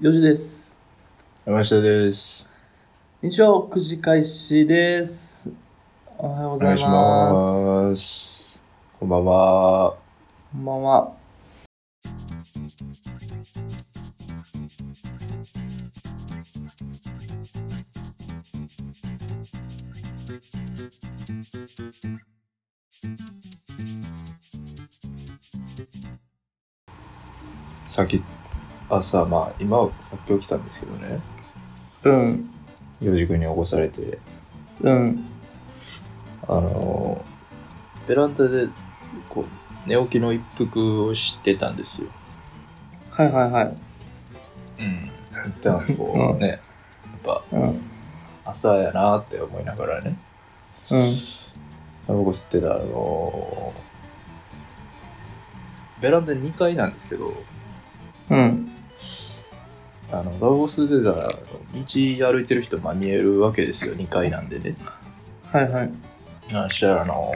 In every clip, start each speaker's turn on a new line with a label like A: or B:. A: 4時です。
B: 山下です。
A: 日曜9時開始です。おはようご
B: お
A: ざい
B: 願
A: ま
B: い
A: す。
B: します。こんばんは。
A: こんばんは。
B: さっき、朝、まあ、今はさっき起きたんですけどね、
A: うん、
B: 四時くんに起こされて、
A: うん、
B: あのー、ベランダで、こう、寝起きの一服をしてたんですよ。
A: はいはいはい。
B: うん。で、なんかこ
A: うん
B: うね、やっぱ
A: うん、うん、
B: 朝やなって思いながらね、タバコ吸ってた、あのー、ベランダ2階なんですけど、
A: うん、
B: あの、タバコ吸ってたら、道歩いてる人、まあ、見えるわけですよ、2階なんでね。
A: はいはい。
B: あしたら、あの、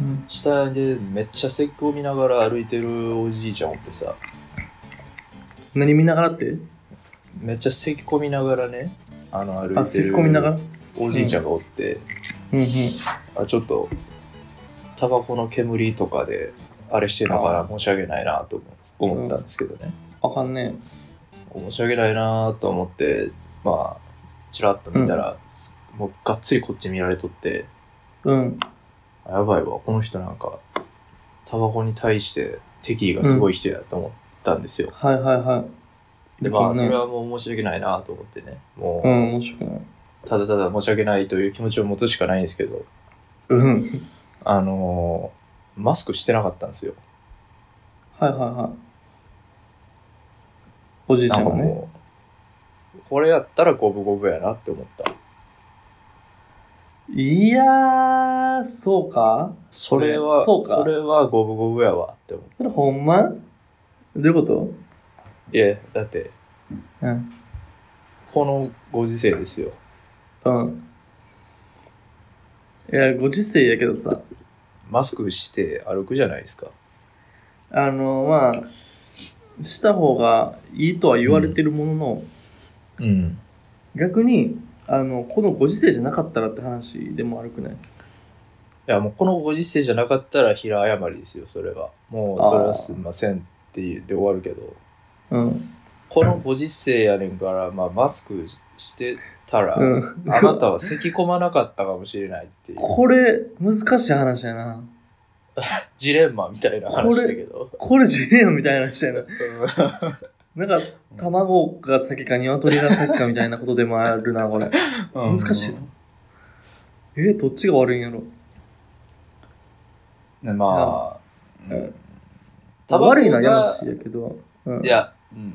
A: うん、
B: 下でめっちゃ石膏を見ながら歩いてるおじいちゃんおってさ、
A: 何見ながらって
B: めっちゃ石膏見ながらね、あの、歩
A: あ、
B: いて
A: 吸い込みながら
B: るおじいちゃんがおって、
A: うん、うん。
B: あちょっと、タバコの煙とかで、あれしてるのから申し訳ないなと思思ったんですけどね。
A: あかんね。
B: 申し訳ないなと思って、まあ、ちらっと見たら、すもうがっつりこっち見られとって、
A: うん、
B: やばいわ、この人なんか、タバコに対して敵意がすごい人やと思ったんですよ。
A: はいはいはい。
B: で、まあ、
A: で
B: そ
A: もね
B: れはもう申し訳ないなと思ってね、も
A: うん、面白くない。
B: う、ただただ申し訳ないという気持ちを持つしかないんですけど、
A: うん、
B: あのーマスクしてなかったんですよ。
A: はいはいはい。おじいち
B: な
A: ゃ
B: ん
A: ん
B: か
A: がね。
B: もう、これやったら五分五分やなって思った。
A: いやー、そうか
B: それは、
A: そうか
B: それは五分五分やわって思っ
A: それほんまどういうこと
B: た。いや、だって、
A: うん。
B: このご時世ですよ。
A: うん。いや、ご時世やけどさ、
B: マスクして歩くじゃないですか。
A: あの、まあ、した方がいいとは言われてるものの、
B: うん。
A: 逆に、あの、このご時世じゃなかったらって話でも悪くない
B: いやもうこのご時世じゃなかったら平謝りですよそれはもうそれはすんませんって言って終わるけど
A: うん。
B: このご時世やねんから、まあ、マスクしてたら、
A: うん。
B: あなたは咳込まなかったかもしれないっていう
A: これ、難しい話やな。
B: ジレンマみたいな話だけど
A: これジレンマみたいな話やな。なんか、卵が先か鶏が先かみたいなことでもあるな、これ。
B: うん
A: 難しいぞ。え、どっちが悪いんやろ
B: ねまあ、
A: うん
B: タバコが
A: 悪いのは嫌なしやけど。うん
B: いや、うん、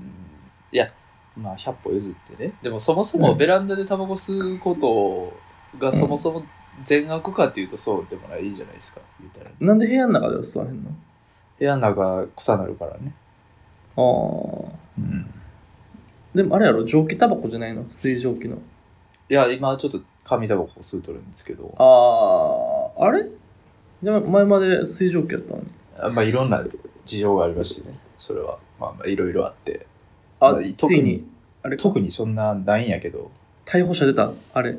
B: いやまあ100歩譲ってねでもそもそもベランダでタバコ吸うことがそもそも善悪かっていうとそうでもないじゃないですか言ったらね
A: なんで部屋の中では吸わへんの
B: 部屋の中臭なるからね、
A: ああ。
B: うん、
A: でもあれやろ、蒸気タバコじゃないの水蒸気の。
B: いや今ちょっと紙タバコ吸うとるんですけど
A: ああ、あれでも前まで水蒸気やったのに。
B: あまあいろんな事情がありましてねそれはまあまあいろいろあって
A: あ、
B: まあ
A: つ
B: 特
A: い
B: に
A: に、あれ、
B: 特にそんなないんやけど
A: 逮捕者出たあれ。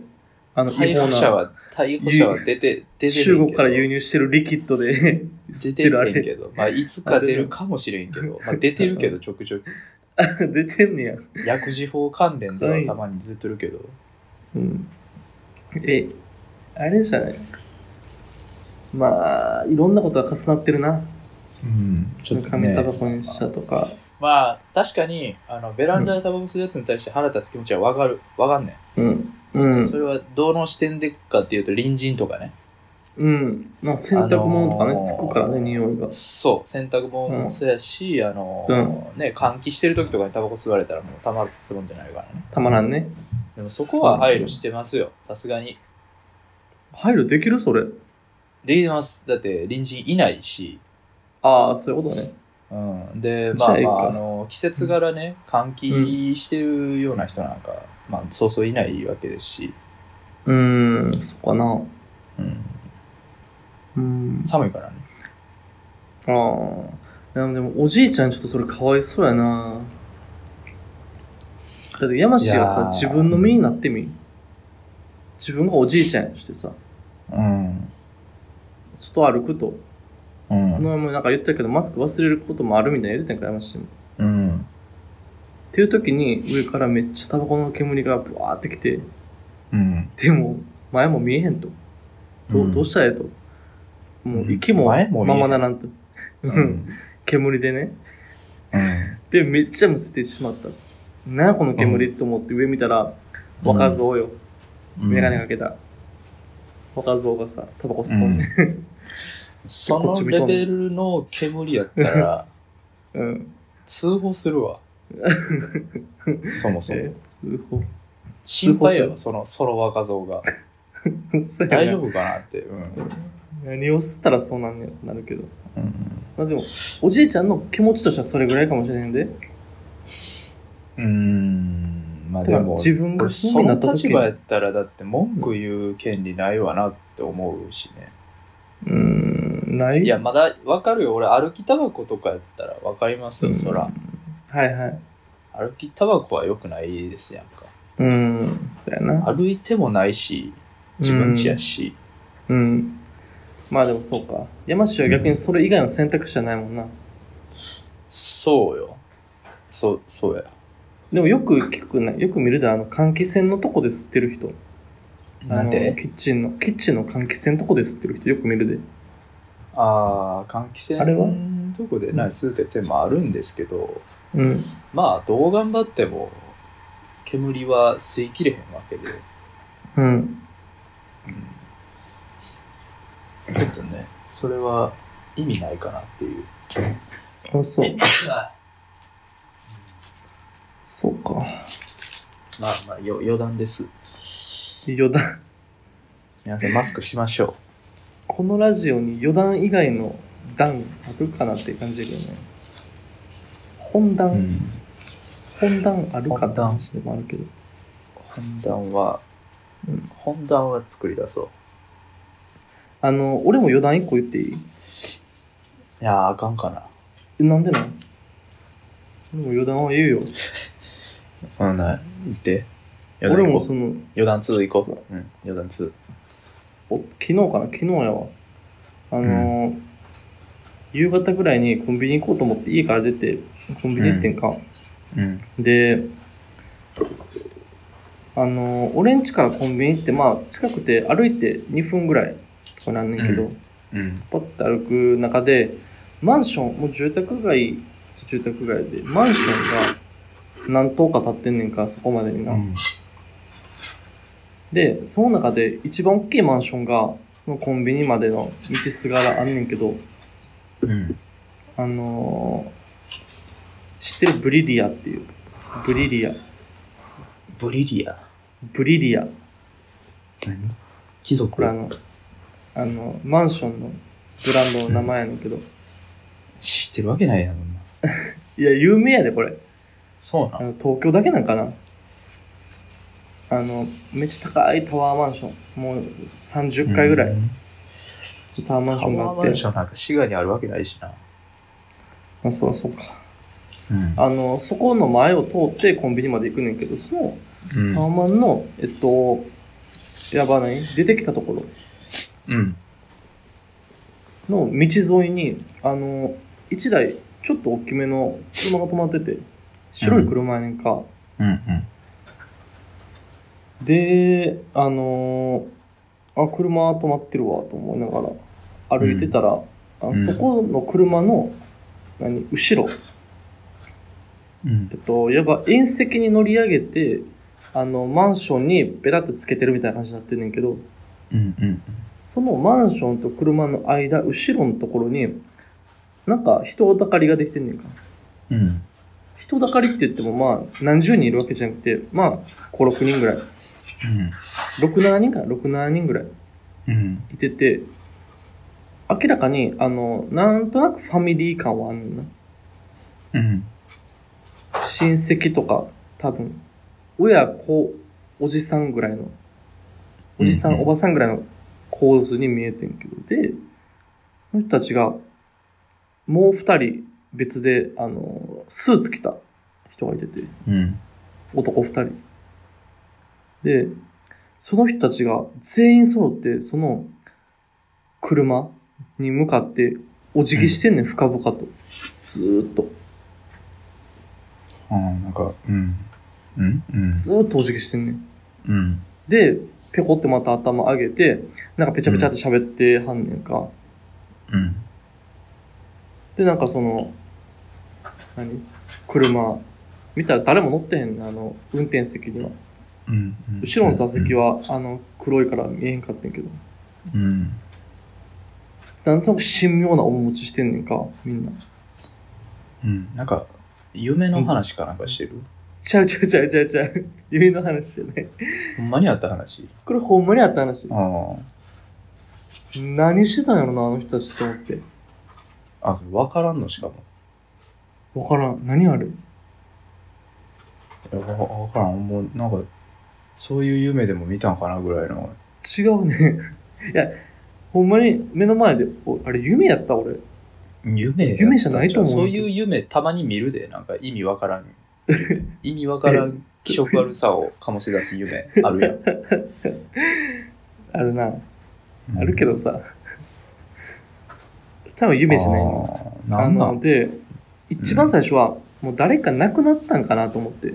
A: あの、違
B: 逮
A: 法
B: 捕者
A: な
B: は逮捕者は出て出て
A: 中
B: るん
A: 国
B: け
A: から輸
B: ど
A: 入してるリキッドで 吸
B: 出
A: っててるあ
B: るん
A: れ。
B: けど、まあ、いつか出るかもしれんけ ど、まあ、出てるけどちょくちょく
A: 出てんねや。
B: 薬事法関連ではたまに出てるけど、
A: うん。え、あれじゃないまあ、いろんなことが重なってるな。
B: うん、ちょっと
A: 紙タ
B: ね
A: バコにしたとか。
B: まあ確かにあのベランダでタバコ吸うやつに対して腹立つ気持ちはわかるわかんねん
A: うん。うん
B: そ。れはどの視点でかっていうと隣人とかね
A: うん。まあ、洗濯物とかね、
B: あのー
A: つくからね、匂いが。
B: そう洗濯物もそうやし、あのね換気してる時とかにタバコ吸われたらもうたまるもんじゃないからね
A: たまらんね。
B: でもそこは配慮してますよさすがに
A: 配慮できるそれ。
B: できてますだって隣人いないし、
A: ああ、そういうことね。
B: うん、で
A: じゃ
B: ま
A: あ
B: あ
A: いい
B: ま
A: か
B: ああの季節柄ね換気してるような人なんか、まあそうそういないわけですし、
A: うーん、そっかな。う
B: うん、
A: ーん。
B: 寒いからね
A: ああ。でも、でもおじいちゃんちょっとそれかわいそうやな。だって山氏が
B: いや
A: さ
B: ー、
A: 自分の身になってみ。自分がおじいちゃんやとしてさ、
B: うん。
A: 外歩くと、
B: うん
A: こ。の前もなんか言ってたけど、マスク忘れることもあるみたいな言ってたんか、山氏も。っ
B: うん。
A: ていう時に、上からめっちゃタバコの煙がブワーってきて、
B: うん。
A: でも、前も見えへんと。どうどうしたらええと。もう息も
B: 前も見
A: ま
B: えへん
A: まならんと。
B: う
A: うんん。煙でね。
B: うん。
A: で、めっちゃむせてしまった。なんやこの煙と思って上見たら、若造よ。
B: うん
A: メガネかけた。若造がさ、タバコ吸っとんね。
B: そのレベルの煙やったら、
A: うん。
B: 通報す るわ。そもそも
A: え。うほ。
B: 心配や
A: 通
B: わ、その、その若造が。
A: そうやな
B: 大丈夫かなって。うん。
A: 何を吸ったらそうなんねやなるけど。
B: うん
A: まあでも、おじいちゃんの気持ちとしてはそれぐらいかもしれへんで。
B: うん。まあ
A: だか
B: で
A: ら
B: も、
A: 自分が
B: 俺
A: 死
B: そ
A: にな
B: の
A: った
B: 立
A: 時
B: 場やったら、だって文句言う権利ないわなって思うしね。
A: うーん、ない
B: いや、まだわかるよ。俺、歩きタバコとかやったらわかります
A: うん
B: よ、そら。
A: はいはい。
B: 歩きタバコは良くないですやんか。
A: うーん、そうやな。
B: 歩いてもないし、自分ちやし。
A: うん。まあでもそうか。山氏は逆にそれ以外の選択肢はないもんな。
B: そうよ。そう、そうや。
A: でもよく聞くね、よく見るで、あの、換気扇のとこで吸ってる人。あ
B: なん
A: の
B: で
A: キッチンの、キッチンの換気扇のとこで吸ってる人よく見るで。
B: ああ、換気扇
A: あれは
B: どこでない吸うて手もあるんですけど、
A: うん。
B: まあ、どう頑張っても、煙は吸い切れへんわけで、
A: うん。
B: ちょっとね、それは意味ないかなって いう。
A: あ、そう。そうか。
B: まあまあ、よ余談です。
A: 余談。
B: 皆さん、マスクしましょ
A: このラジオに余談以外の段あるかなっていう感じだけどね。本
B: う。
A: 段、
B: うん。
A: 本段あるか
B: 本
A: って
B: 段
A: 話でもあるけど。
B: 本段は
A: うん、
B: 本段は作り出そう。
A: あの、俺も余談一個言っていい
B: いやー、あかんか
A: えなんでなん俺も余談は言うよ。
B: な。うん、ない。言って。
A: 俺もその、
B: 余談2行こう。うん、余談2。
A: お昨日かな昨日やわ。あのー夕方ぐらいにコンビニ行こうと思って家から出て、コンビニ行ってんか。
B: うん。
A: で、あのー俺ん家からコンビニ行って、まあ近くて歩いて2分ぐらいとかなんねんけど、
B: うんうん。
A: パッて歩く中で、マンション、もう住宅街、住宅街で、マンションが何棟か建ってんねんか、そこまでにな。で、その中で一番大きいマンションが、そのコンビニまでの道すがらあんねんけど、
B: うん。
A: あのー、知ってるブリリアっていう。ブリリア。
B: ブリリア。
A: ブリリア。
B: 何貴
A: こ
B: 族
A: れあの、あの、マンションのブランドの名前やねんけど。
B: 知ってるわけないやん。
A: いや、有名やで、これ。
B: そう
A: あ
B: な
A: の東京だけなんかな。あの、めっちゃ高いタワーマンション。もう30階ぐらい。タワーマンションがあって。
B: ョンなんか滋賀にあるわけないしな。
A: あ、そうそうか。
B: うん。
A: あの、そこの前を通ってコンビニまで行くねんけど、その
B: うん
A: タワマンの、えっと、やばない出てきたところ
B: うん。
A: の道沿いに、あの、一台、ちょっと大きめの車が止まってて、白い車やねんか。
B: うん。
A: で、あのーあ、車止まってるわと思いながら歩いてたら、あ
B: うん
A: そこの車の、何、後ろ、
B: うん
A: えっ。と、やば、縁石に乗り上げて、あの、マンションにベラってつけてるみたいな感じになってんねんけど、
B: うん。うん。
A: そのマンションと車の間、後ろのところに、なんか人だかりができてんねんか。
B: うん。
A: 人だかりって言ってもまあ、何十人いるわけじゃなくて、まあ、5、6人ぐらい。6、7人かな ?6、7人ぐらい
B: うん。
A: いてて、明らかに、あの、なんとなくファミリー感はあんねんな。
B: うん。
A: 親戚とか、多分、親子、おじさんぐらいの、おじさ
B: うん
A: ん、
B: う
A: お
B: ん
A: ばさんぐらいの構図に見えてんけど、で、その人たちが、もう二人別で、あの、スーツ着た人がいてて、
B: うん。
A: 男二人。で、その人たちが全員揃って、その車に向かってお辞儀してんねん、深々と。ずーっと。
B: うん、なんか、うん。うんうん。
A: ずーっとお辞儀してんねん。
B: うん。
A: で、ペコってまた頭上げて、なんかペチャペチャって喋ってはんねんか。
B: うん。
A: で、なんかその、何車、見たら誰も乗ってへんねんあの、運転席には。
B: うん。
A: 後ろの座席。は、あの、黒いから見えへんかったんやけど。
B: うん。
A: なんとなく神妙な面持ちしてんねんか、みんな。
B: うん。なんか、夢の話かなんかしてる、
A: ちゃうちゃうちゃうちゃうちゃう。 夢の話じゃない。
B: ほんまにあった話
A: これほんまにあった話
B: あ。あ。
A: 何してたんやろな、あの人たちと思って。
B: あ、わからんのしかも。
A: わからん。何あれ
B: いやわわからん。もう、なんか、そういう夢でも見たんかなぐらいの。
A: 違うね。 いや、ほんまに目の前で、おあれ夢やった俺。
B: 夢やったん
A: 夢じゃないと思う
B: そういう夢たまに見るで、なんか意味わからん。意味わからん気色悪さを醸し出す夢あるやん。
A: あるな。あるけどさ。 多分夢じゃないの。
B: あーなんなん
A: ので、一番最初は、もう誰か亡くなったんかなと思って。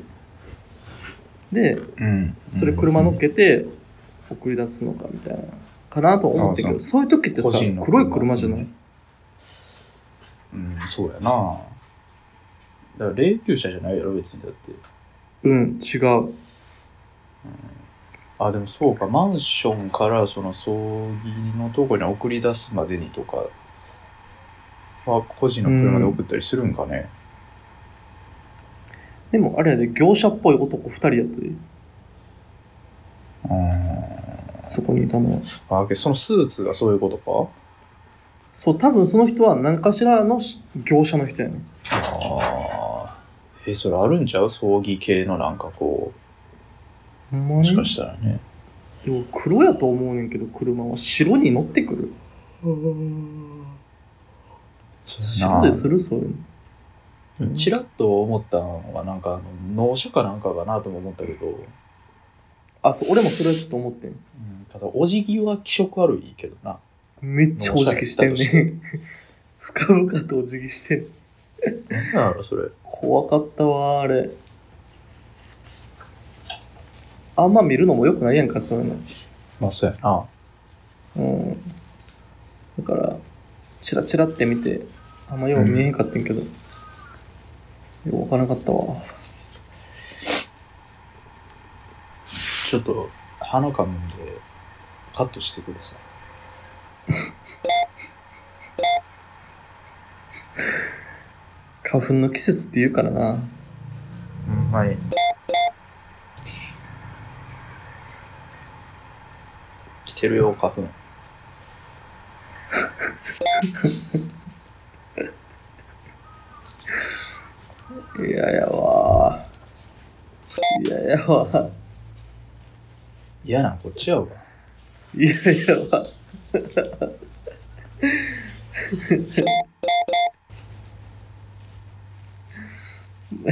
A: で、
B: うん
A: それ車乗っ
B: うん
A: けて送り出すのかみたいな、かなと思ってけ
B: あ
A: ど、
B: そ
A: そういう時ってさ
B: 個人、の
A: 黒い車じゃない
B: うん、そうやな。だから霊柩車じゃないやろ、別にだって。
A: うん、違う。
B: あ、でもそうか、マンションからその葬儀のとこに送り出すまでにとか、は個人の車で送ったりするんかね。
A: でもあれやで、業者っぽい男二人やったで、
B: うん。
A: そこにいたのは。
B: あ、けどそのスーツがそういうことか
A: そう、多分その人は何かしらのし業者の人やね。
B: ああ。え、それあるんちゃう葬儀系のなんかこ
A: ほん
B: う、
A: ま
B: も
A: に
B: しかしたらね。
A: でも黒やと思うねんけど、車は白に乗ってくる。
B: そうや
A: 白
B: な
A: でするそういうの。
B: ちらっと思ったのは、なんかあの、納車かなんかかなとも思ったけど、
A: あ、そう、俺もそれだと思ってん。
B: うんただ、お辞儀は気色悪いけどな。
A: めっちゃお辞儀してん
B: 納車や
A: ね。深々とお辞儀してん。
B: なんだろ、それ。
A: 怖かったわあれあんま見るのもよくないやんかそういうの
B: まあ、そうやな。
A: うんだからチラチラって見てあんまよう見えへんかってんけど、よくわからなかったわ
B: ちょっと、鼻かむんで、カットしてください。
A: 花粉の季節って言うからな
B: うん、はい。来てるよ、花粉。
A: いややわいややわ
B: 嫌なん、こっちやわ。
A: いややわ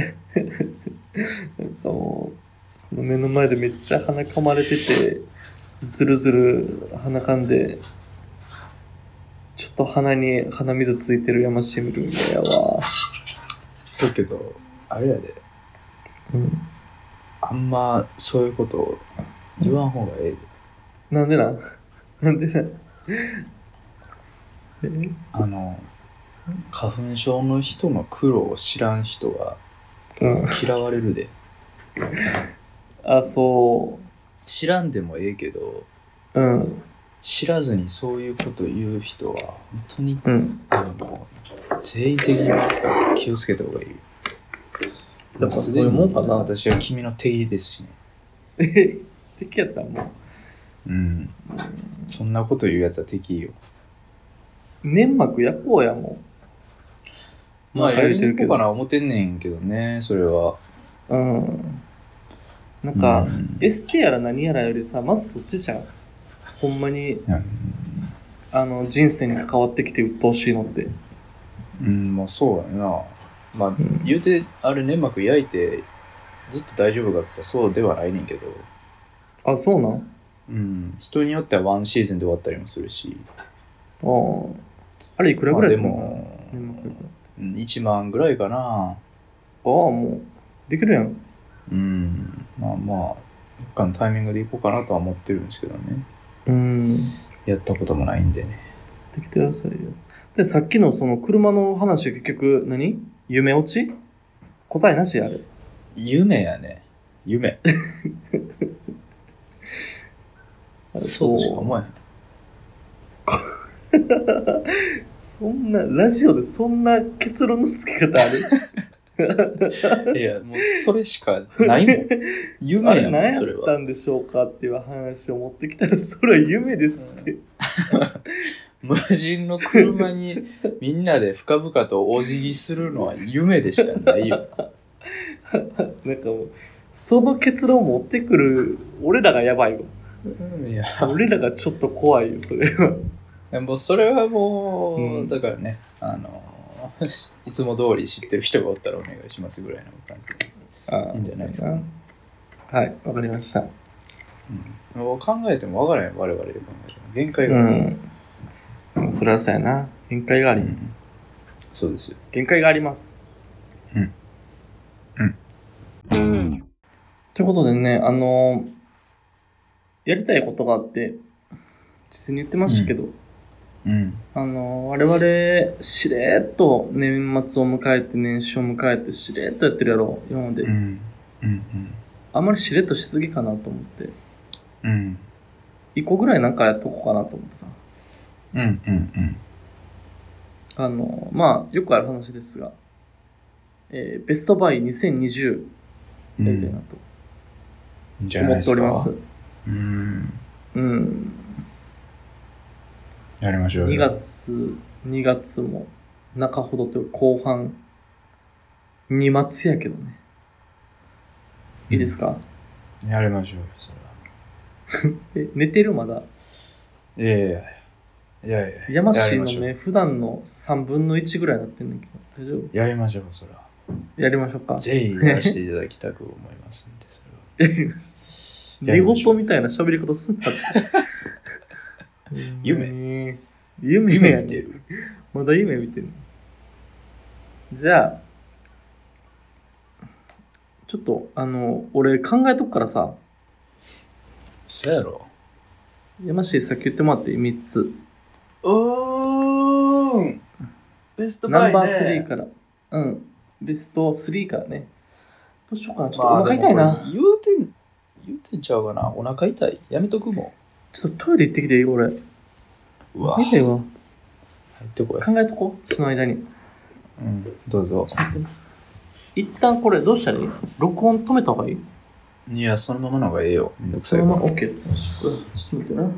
A: なんかもう、この目の前でめっちゃ鼻噛まれてて、ずるずる鼻噛んで、ちょっと鼻に鼻水ついてる山シムルみたいやわ。
B: だけど、あれやで、
A: うん。
B: あんま、そういうこと、言わん方がええで。
A: なんでなん なんでなん え
B: あの、花粉症の人の苦労を知らん人は
A: うん。
B: 嫌われるで。
A: あ、そ
B: 知らんでもええけど、
A: う。うん。
B: 知らずにそういうこと言う人は、本当に
A: うん。
B: あの全員的にますから気をつけた方がいいよ。
A: やっぱそういうもんかな
B: もうすでに私は君の敵ですしね。
A: え、 敵やったも
B: うん。そんなこと言うやつは敵よ。
A: う。粘膜やこうやも
B: まあ、
A: まあ
B: やりに行こ
A: やりに行こ
B: う
A: う
B: か
A: か
B: な思ってんねんけどね、それは。
A: ん。うん。なんか、
B: うん
A: エステやら何やらよりさ、まずそっちじゃん。ほんまに、あの、人生に関わってきて鬱陶しいのって。
B: うん、まあそうやな。まあ
A: ん、
B: 言うて、あれ粘膜焼いて、ずっと大丈夫かって言ったらそうではないねんけど、
A: あ、そうなん
B: うん、人によってはワンシーズンで終わったりもするし、
A: あーあれいくら
B: ま
A: ぐ
B: あ、
A: らい
B: です
A: るの
B: も、
A: 粘膜力
B: うん1万ぐらいかな。
A: ああ、もう、できるやん。
B: うん、まあまあ、どっかのタイミングで行こうかなとは思ってるんですけどね。
A: うん。で
B: やったこともないんでね。
A: きてくださいよ。で、さっきのその車の話結局何、夢落ち答えなしやる。
B: 夢やね。 夢。そうとしか思えへん。
A: そんな、ラジオでそんな結論の付け方ある
B: いや、もうそれしか な いもん。
A: あ
B: 夢
A: れ何
B: やもん、
A: や
B: それ
A: った
B: は。
A: んでしょうかっていう話を持ってきたら、それは夢ですって。
B: 無人の車にみんなで深々とお辞儀するのは夢でしかないよ。
A: なんかもう、その結論持ってくる俺らがやば いよ。
B: いや、
A: 俺らがちょっと怖いよ、それは。
B: もうそれはもう、
A: うん
B: だからね、あの、 いつも通り知ってる人がおったらお願いしますぐらいの感じで。
A: あ
B: いいんじゃないですか
A: はい、わかりました。
B: うん、もう考えても分からへん、我々で考えても。限界
A: う
B: が、
A: ん。それはそうやな。限界があります。
B: そうですよ。
A: 限界があります。
B: うん。うん。
A: ということでね、あのやりたいことがあって、実際に言ってましたけど、
B: うん。
A: あの我々、しれーっと年末を迎えて、年始を迎えて、しれーっとやってるやろ、今まで。
B: うん。うん。
A: あんまりしれっとしすぎかなと思って、
B: うん。
A: 一個ぐらいなんかやっとこうかなと思ってさ。
B: うん。うん。うん。
A: あの、まあ、よくある話ですが、えーベストバイ2020
B: うん。
A: やりたいなと
B: じゃな
A: 思
B: いで
A: ってお
B: す
A: り
B: か。
A: ます。
B: うん。
A: うん。
B: やりましょう
A: 2
B: よ。
A: 月、2月も中ほどという後半、2月やけどね。いいですか、
B: やりましょうよ、それは。
A: え、寝てるまだ。
B: いやいやいやいやいや。
A: 山氏
B: やり
A: の
B: ましょう
A: ね、普段の3分の1ぐらいになってんねんけど、大丈夫
B: やりましょう、それは。
A: やりましょうか。
B: ぜひやらせていただきたく思いますんで、それは。や
A: 寝
B: りましょ
A: 言
B: う
A: みたいな喋り方すんな って。夢夢や
B: 夢
A: ね
B: 見てる。
A: まだ夢見てるじゃあ、ちょっと、あの、俺考えとくからさ、
B: そうやろ。
A: 山氏さっき言ってもらっていい3つ。
B: うーん。ベスト
A: ナ
B: バ
A: ン
B: イ
A: バ
B: ね
A: ー3から。うん。ベスト3からね。どうしようかな。ちょっと
B: まあ
A: お腹痛いな。
B: でもこれ言うてん、言うてんちゃうかな。お腹痛い。やめとくも
A: ちょっとトイレ行ってきていい俺。
B: ん。うわ。
A: 見て
B: 入
A: よ。
B: ってこい。
A: 考えとこう。その間に。
B: うん、どうぞ。
A: 一旦これどうしたらいい録音止めた方がいい
B: いや、そのままの方がええよ。めんどく
A: そ
B: さい
A: の
B: か
A: ま
B: ら
A: ま OK です。ちょっと待ってな。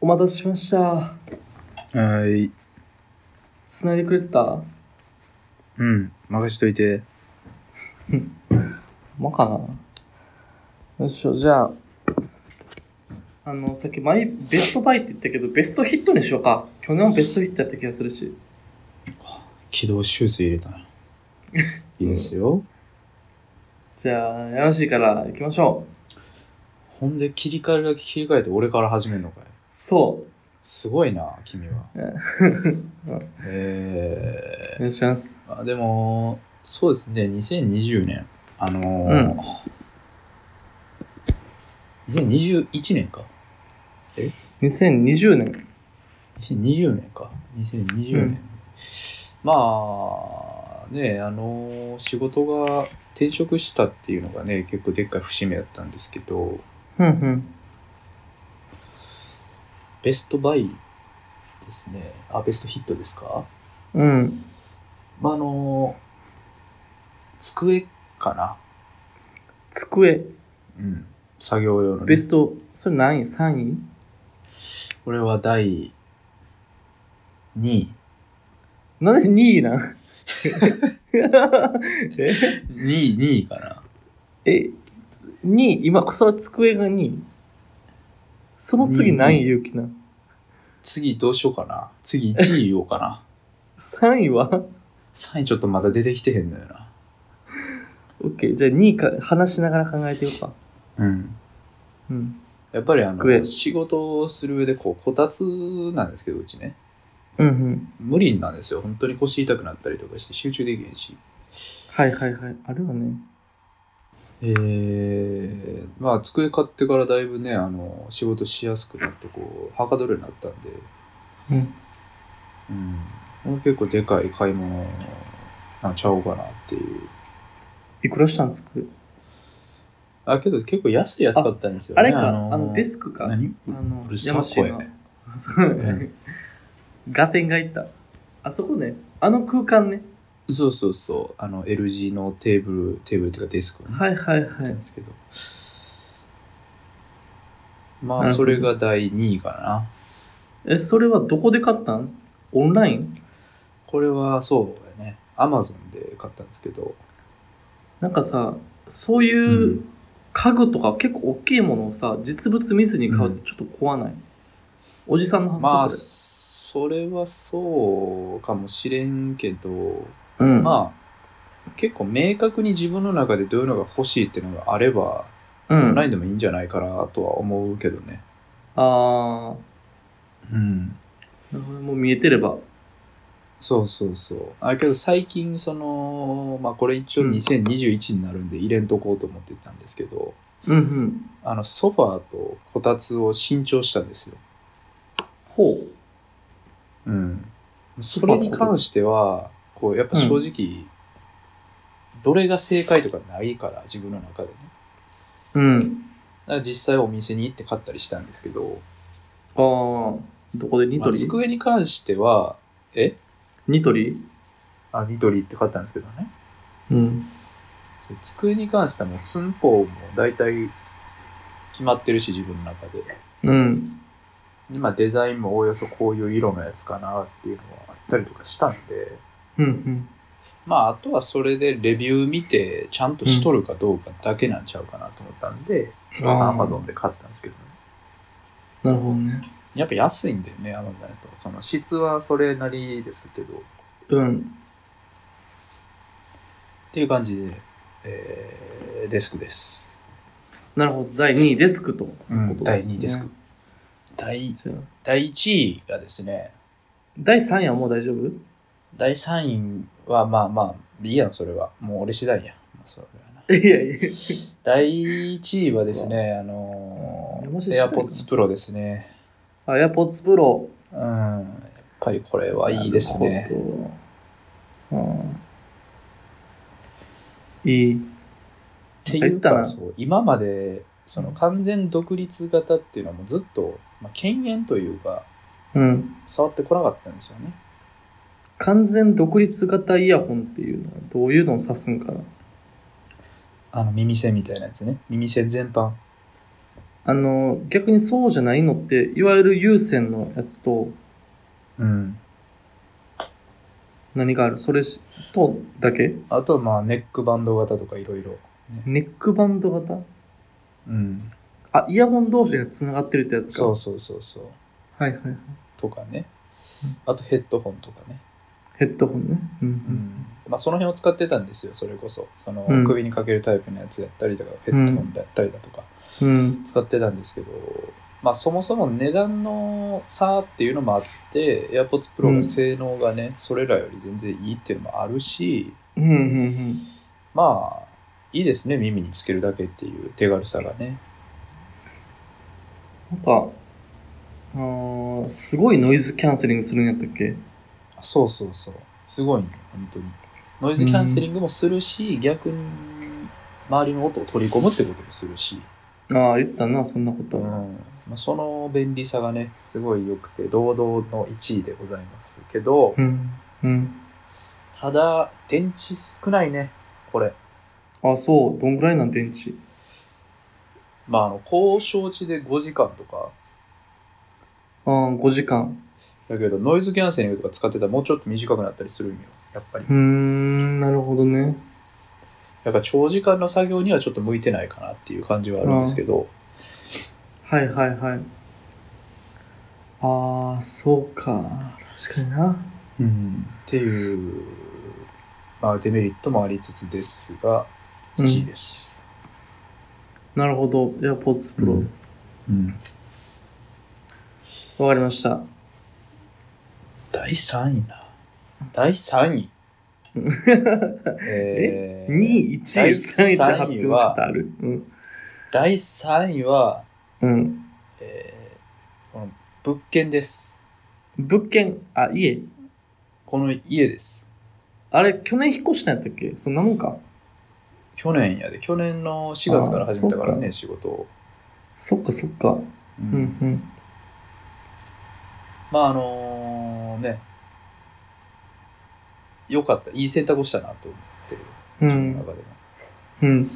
A: お待たせしました。
B: はい。
A: 繋いでくれてた
B: うん、任しといて。
A: まかなよいしょ、じゃあ、あの、さっきマイ、ベストバイって言ったけど、ベストヒットにしようか。去年もベストヒットやった気がするし。
B: 軌道修正入れた な。いいですよ。
A: じゃあ、やらしいから行きましょう。
B: ほんで、切り替えるだけ切り替えて俺から始めるのかい。
A: そ
B: すごいな、君は
A: うん。う、
B: え
A: お願いします。
B: ー、あでも、そうですね、2020年。あのー2021年か。
A: 2020年。
B: 2020年か。2020年。まあ、ね、あの仕事が転職したっていうのがね、結構でっかい節目だったんですけど、
A: うんうん。
B: ベストバイですね。あ、ベストヒットですか
A: うん。
B: まあ、あの机かな。
A: 机、
B: うん。作業用のね、
A: ベスト、それ何位 ?3 位
B: これは第2位。
A: なんで2位なん
B: 2位、2位かな。
A: え、 え、2位、今、その机が2位その次何位、ゆうきな
B: 次どうしようかな。次1位言おうかな。
A: ?3 位は
B: 3位ちょっとまだ出てきてへんのよな。
A: ?OK、じゃあ2位か、話しながら考えてようか。
B: うん。
A: うん。
B: やっぱりあ
A: 机
B: の、仕事をする上で、こう、こたつなんですけど、うちね。
A: うんうん。
B: 無理なんですよ。本当に腰痛くなったりとかして集中できへんし。
A: はいはいはい。あるわね。
B: えー、まあ、机買ってからだいぶね、あの、仕事しやすくなって、こう、はかどるようになったんで、
A: うん。
B: うん。これ結構でかい買い物なんちゃおうかなっていう。
A: いくらしたん机
B: あ、けど結構安いやつ買ったんですよ、ね。
A: あれか、あの
B: ー
A: デスクか。
B: 何
A: あの
B: うる、さ
A: 山氏の
B: 声。
A: そう
B: うん
A: ガテンがいった。あそこね、あの空間ね。
B: そうそうそう。あの、L 字のテーブル、テーブルっていうかデスクをね、
A: はいはい
B: やっ
A: は
B: たん
A: い
B: で。すけど。ま
A: な
B: あ、
A: るほ
B: そ
A: ど
B: れが第2位かな。
A: え、それはどこで買ったんオンライン
B: これはそうやね。アマゾンで買ったんですけど。
A: なんかさ、そういううん家具とか結構大きいものをさ、実物見ずに買うってちょっと怖ない。おじさんの発想
B: まあ、
A: こ
B: それはそうかもしれんけど、
A: れうん。
B: まあ、結構明確に自分の中でどういうのが欲しいっていうのがあれば、
A: あ、う
B: オン
A: ん。
B: ラ
A: あ
B: インでもいいんじゃないかなとは思うけどね。
A: あ
B: うん。
A: ー、なるほどもう見えてれば。
B: そうそうそう。あ、けど最近、その、まあこれ一応
A: うん
B: 2021になるんで入れんとこうと思ってたんですけど、
A: うんうん。
B: あの、ソファーとこたつを新調したんですよ。
A: ほう。
B: うん。それに関しては、こう、やっぱ正直、どれが正解とかないから、自分の中でね。
A: うん。
B: だから実際お店に行って買ったりしたんですけど、
A: ああ、どこでニ
B: まあ
A: トリ、
B: 机に関しては、え
A: ニトリ
B: あ、ニトリって買ったんですけどね。
A: うん。
B: そう机に関してはもう寸法も大体決まってるし、自分の中で。
A: うん。
B: 今デザインもおおよそこういう色のやつかなっていうのはあったりとかしたんで、
A: うんうん。
B: まああとはそれでレビュー見てちゃんとしとるかどうかだけなんちゃうかなと思ったんで、アマゾンで買ったんですけどね。
A: なるほどね。
B: やっぱ安いんだよね、アマゾンだと。その質はそれなりですけど、っ
A: うん。
B: ていう感じで、えーデスクです。
A: なるほど。第2位デスクと。
B: うん
A: 第
B: 第
A: 二位
B: 2
A: デ
B: 位デ
A: ス
B: ス
A: ク
B: ク。第、
A: じゃあ
B: 第1位がですね、
A: 第3位はもう大丈夫
B: 第3位はまあまあ、いいやん、それは。もう俺次第やん。まあそれはない
A: やいや。
B: 第1位はですね、あの
A: もし
B: ー、
A: したら
B: AirPods Pro ですね。
A: あ、AirPods Pro。
B: うん。やっぱりこれはいいですね。
A: なるほど。うん。いい。
B: ってい
A: 入っ
B: う
A: たな
B: か、そう今までその完全独立型っていうのはもうずっと、まあ、権限というか、
A: うん。
B: 触ってこなかったんですよね。
A: 完全独立型イヤホンっていうのはどういうのを指すんかな
B: あの耳栓みたいなやつね。耳栓全般。
A: あの、逆にそうじゃないのって、いわゆる有線のやつと
B: うん。
A: 何があるそれとだけ
B: あとはまあネックバンド型とかいろいろ。
A: ネックバンド型
B: うん。
A: あ、イヤホン同士が繋がってるってやつか。
B: そうそうそうそう。
A: はいはいはい。
B: とかね
A: うん。
B: あとヘッドホンとかね。
A: ヘッドホンね。うん
B: まあ、その辺を使ってたんですよそれこそその、
A: うん
B: 首にかけるタイプのやつやったりとかヘッドホンだったりだとか
A: うん。うん。
B: 使ってたんですけど、まあ、そもそも値段の差っていうのもあって AirPods
A: う
B: Pro
A: ん
B: が性能がね、それらより全然いいっていうのもあるし
A: うんうんうん。
B: まあいいですね耳につけるだけっていう手軽さがね
A: なんか、あーすごいノイズキャンセリングするんやったっけ
B: そうそうそうすごいね本当にノイズキャンセリングもするし、逆に周りの音を取り込むってこともするし、
A: ああ、言ったな、そんなこ
B: う
A: と。
B: んまあ、その便利さがねすごい良くて堂々の1位でございますけど
A: うん。うん。
B: ただ電池少ないねこれ
A: あ、そう。どんぐらいなん電池。
B: まああの高承知で5時間とか
A: ああ、5時間。
B: だけどノイズキャンセリングとか使ってたらもうちょっと短くなったりするんよやっぱり
A: うーん、なるほどね。
B: だから長時間の作業にはちょっと向いてないかなっていう感じはあるんですけど、
A: はいはいはい。ああ、そうか。確かにな。
B: うんっていう、まあ、デメリットもありつつですが
A: うん
B: 1位です、
A: なるほど。エアポッツプロ。
B: うん
A: わかりました。
B: 第3位な第3位 え
A: 2位、1位、3位って発表したある。うん。
B: 第3位は、
A: うん。
B: えーこの物件です
A: 物件、あ、家。
B: この家です
A: あれ、去年引っ越したんやったっけそんなもんか。
B: 去年やで去年の4月から始めたからね仕事を、
A: そっかそっか。
B: うん
A: うんうん。
B: まああのね良かったいい選択をしたなと思ってる
A: う
B: 自分の
A: ん。
B: 中でも、
A: うん。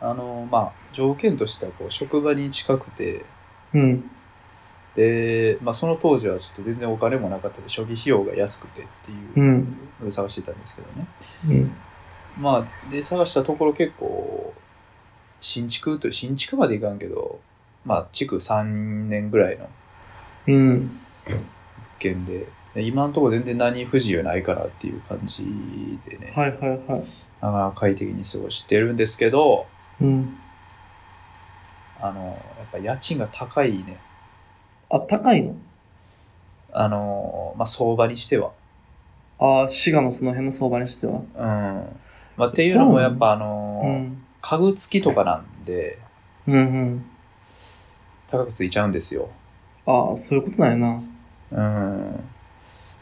B: あのまあ条件としてはこう職場に近くて
A: うん。
B: で、まあ、その当時はちょっと全然お金もなかったで初期費用が安くてって
A: う。
B: いうんので探してたんですけどね、
A: うん。
B: まあで探したところ結構新築という新築までいかんけどまあ築3年ぐらいの
A: うん。
B: 物件でで今のところ全然何不自由ないからっていう感じでね、
A: はいはいはい。
B: なかなか快適に過ごしてるんですけど
A: うん。
B: あのやっぱ家賃が高いね
A: あ、高いの
B: あのまあ相場にしては
A: ああ、滋賀のその辺の相場にしては。
B: うんまあっていうのもやっぱあの、
A: うん。
B: 家具付きとかなんで
A: うんうん。
B: 高くついちゃうんですよ
A: ああ、そういうことなんやな。
B: うん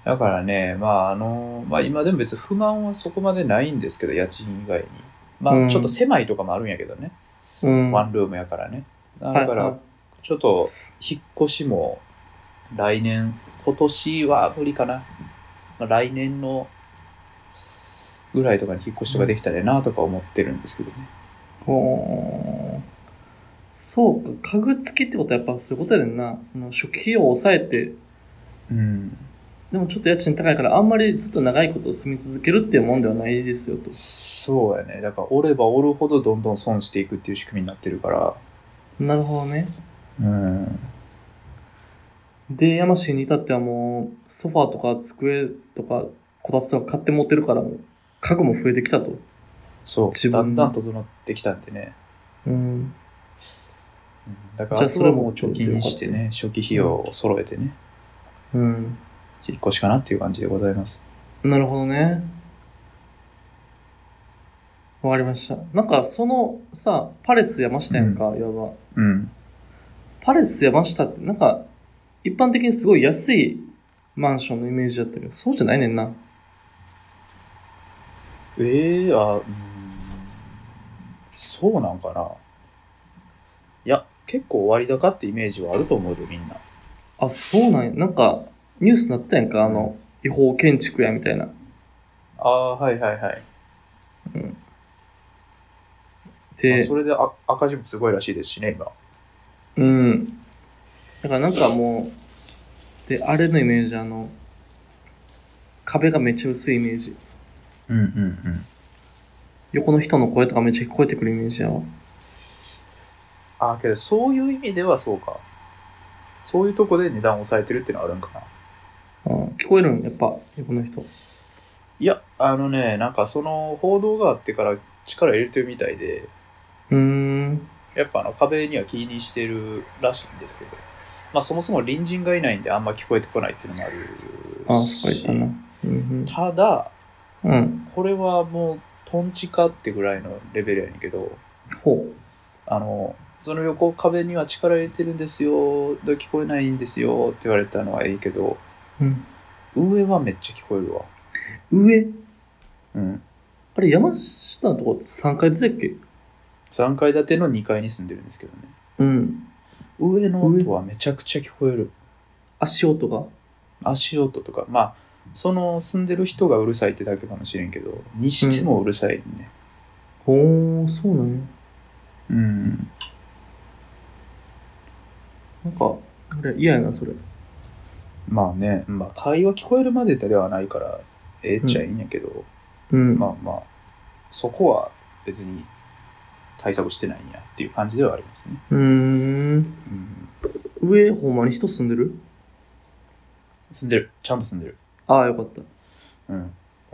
B: だからね、まああの、まあ今でも別に不満はそこまでないんですけど、家賃以外に。
A: う
B: ま
A: ん
B: あちょっと狭いとかもあるんやけどね、
A: うん。
B: ワンルームやからね。だ
A: はい
B: から、ちょっと引っ越しも来年、今年は無理かな。まあ、来年のぐらいとかに引っ越しとかできたらいいなとか思ってるんですけどね。
A: ほーそうか、家具付きってことはやっぱそういうことやねんな。その初期費用を抑えて、
B: うん。
A: でもちょっと家賃高いから、あんまりずっと長いこと住み続けるっていうもんではないですよと。
B: そうやね。だから、折れば折るほどどんどん損していくっていう仕組みになってるから。
A: なるほどね。
B: うん。
A: で、山市に至ってはもう、ソファーとか机とか、こたつとか買って持ってるから、もう家具も増えてきたと。
B: そう。
A: 自
B: だ
A: 分
B: んだん整ってきたんでね。
A: うん。
B: だ
A: じ
B: か
A: ゃ
B: ら、
A: あ
B: それはもう貯金してね、初期費用を揃えてね、
A: うん。
B: 引っ越しかなっていう感じでございます。
A: なるほどね。わかりました。なんか、その、さ、パレス山下やんか、いわば。
B: うん。
A: パレス山下ってなんか一般的にすごい安いマンションのイメージだったけどそうじゃないねんな
B: ええあ、うん、そうなんかな。いや、結構割高ってイメージはあると思うで、みんな。
A: あそうなんやなんかニュースなったやんかあの違法建築やみたいな
B: ああ、はいはいはい。まあ
A: で
B: それであ赤字もすごいらしいですしね、今。
A: うんだからなんかもうであれのイメージあの壁がめっちゃ薄いイメージ
B: うんうんうん。
A: 横の人の声とかめっちゃ聞こえてくるイメージやわ
B: ああ、けど、そういう意味ではそうか。そういうとこで値段を抑えてるっていうのはあるんかな。
A: うん聞こえるんやっぱ横の人
B: いや、あのね、なんかその報道があってから力入れてるみたいで、
A: うーん
B: やっぱあの壁には気にしてるらしいんですけど、まあそもそも隣人がいないんであんま聞こえてこないっていうのもあ
A: あ
B: る
A: そっか言
B: し
A: った、なうん
B: ただ、
A: うん、うん、
B: これはもうトンチかってぐらいのレベルやねんけど、
A: ほ
B: あの、その横壁には力入れてるんですよ、で聞こえないんですよって言われたのはいいけど、
A: う、うん、
B: 上はめっちゃ聞こえるわ。
A: 上
B: うん。
A: あれ、山下のとこって3階出たっけ
B: 3階建ての2階に住んでるんですけどね。
A: うん。
B: 上の音はめちゃくちゃ聞こえる。
A: 足音が。
B: 足音とか、まあ、その住んでる人がうるさいってだけかもしれんけど、にしてもうるさいね。
A: おー、そうなんや。
B: うん。
A: なんか、あれ、嫌やな、それ。
B: まあね、まあ、会話聞こえるまでではないから、ええっちゃいいんやけど、
A: うん。
B: まあまあ、そこは別に対策してないんやっていう感じではありますね。
A: うーん。
B: うん。
A: 上、ほんまに人住んでる
B: 住んでる。ちゃんと住んでる。
A: ああ、よかった。よ
B: うん。
A: か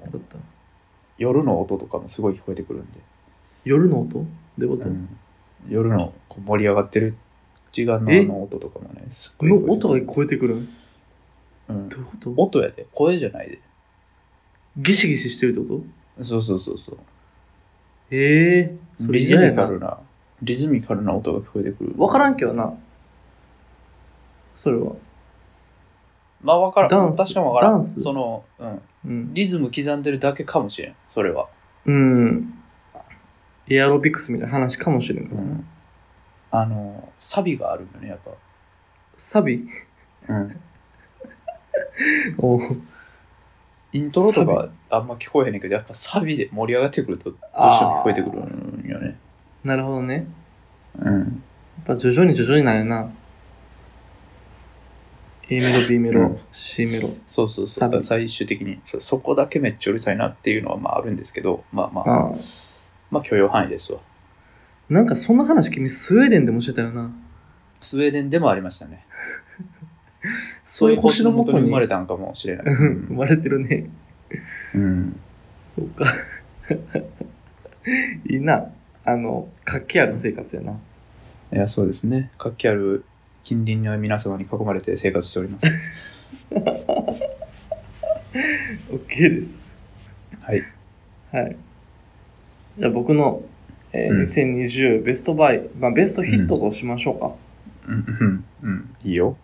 A: った。
B: 夜の音とかもすごい聞こえてくるんで。
A: 夜の音どういうこと、
B: 夜のこう盛り上がってる時間のあ
A: え
B: の音とかもね、すっ
A: こ
B: ごい
A: の
B: 聞こえ
A: 音
B: てく
A: が聞
B: る
A: こえてくるん
B: うん
A: どういうこと
B: 音やで、声じゃないで。
A: ギシギシしてるってこと
B: そうそうそうそう。
A: ええー。それ
B: リズ
A: 嫌や
B: ミカ
A: な
B: ルな、リズミカルな音が聞こえてくる。
A: わからんけどな。それは。
B: まあわからん。
A: ダンス
B: 確かにわからん。
A: ダンス
B: その、うん。
A: うん。
B: リズム刻んでるだけかもしれん。それは。
A: うん。エアロビクスみたいな話かもしれんからな。
B: あの、サビがあるんだね、やっぱ。
A: サビ
B: うん。
A: お
B: イントロとかあんま聞こえへんねんけど、やっぱサビで盛り上がってくると、どうしても聞こえてくるんよね。
A: なるほどね。
B: うん。
A: やっぱ徐々に徐々になんやな。A メロ、B メロ、
B: うん
A: C メロ。
B: そうそうそ
A: サビ
B: う。最終的にそ、そこだけめっちゃうるさいなっていうのはまああるんですけど、まあまあ、
A: ああ。
B: まあ許容範囲ですわ。
A: なんかそんな話君スウェーデンでもしてたよな。
B: スウェーデンでもありましたね。
A: そういう星の
B: も
A: も
B: と
A: と
B: に
A: に
B: 生まれたんかもしれない。
A: うん 生まれてるね。
B: うん。
A: そうか。 いいな。あの、活気ある生活やな。
B: いや、そうですね。活気ある近隣の皆様に囲まれて生活しております。
A: OK です。
B: はい。
A: はい。じゃあ僕の、えー
B: うん
A: 2020ベストバイ、まあベストヒットとしましょうか。
B: うん、うん、うん。いいよ。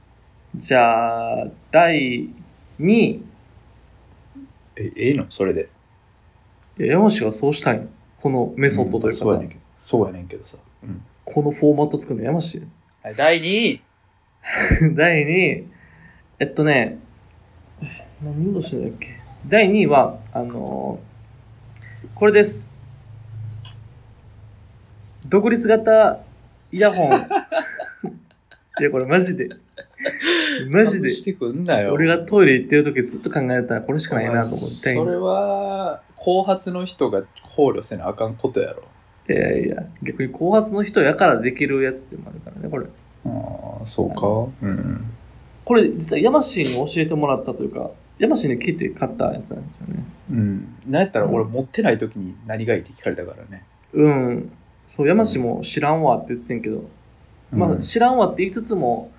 A: じゃあ、第2位。
B: え、ええのそれで。
A: いや山氏がそうしたいのこのメソッドというかさ、
B: そうやねんけど。そうやねんけどさ。うん。
A: このフォーマット作るの山氏。
B: はい、第2位
A: 第2位。えっとね、何をしてたっけ第2位は、あのーこれです。独立型イヤホン。い や、これマジで。マジで
B: 隠。してくんなよ。
A: 俺がトイレ行ってる時ずっと考えたらこれしかないなと思って。
B: それは、後発の人が考慮せなあかんことやろ。
A: いやいや、逆に後発の人やからできるやつでもあるからね、これ。
B: ああ、そうか。うん。
A: これ、実はヤマシーに教えてもらったというか、ヤマシーに聞いて買ったやつなんですよね。
B: うん。なんやったら俺持ってない時に何がいいって聞かれたからね。
A: うん。そう、山氏も知らんわって言ってんけど、まあ、知らんわって言いつつも、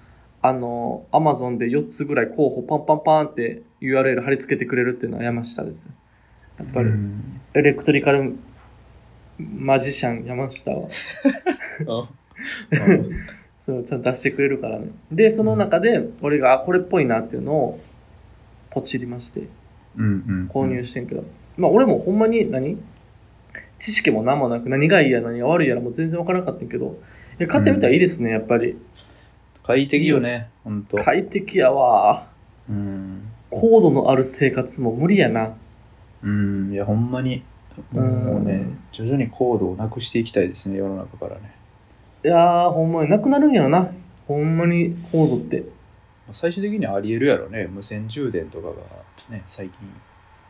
A: あの、アマゾンで4つぐらい候補パンパンパンって URL 貼り付けてくれるっていうのは山下です。やっぱり、
B: うん
A: エレクトリカルマジシャン山下は、
B: あうん
A: そう、ちゃんと出してくれるからね。で、その中で、俺が、あ、これっぽいなっていうのを、ポチりまして、
B: うんうん
A: 購入してんけど、まあ、俺もほんまに何、知識も何もなく、何がいいや、何が悪いやらもう全然わからなかったんやけど、いや買ってみたらいいですね、やっぱり。
B: 快適よね、ほんと。
A: 快適やわ。
B: うん。
A: 高度のある生活も無理やな。
B: うん、いや、ほんまに、
A: うん
B: もうね、徐々にコードをなくしていきたいですね、世の中からね。
A: いやー、ほんまになくなるんやろな。ほんまに高度って。
B: まあ最終的にはありえるやろね、無線充電とかがね、最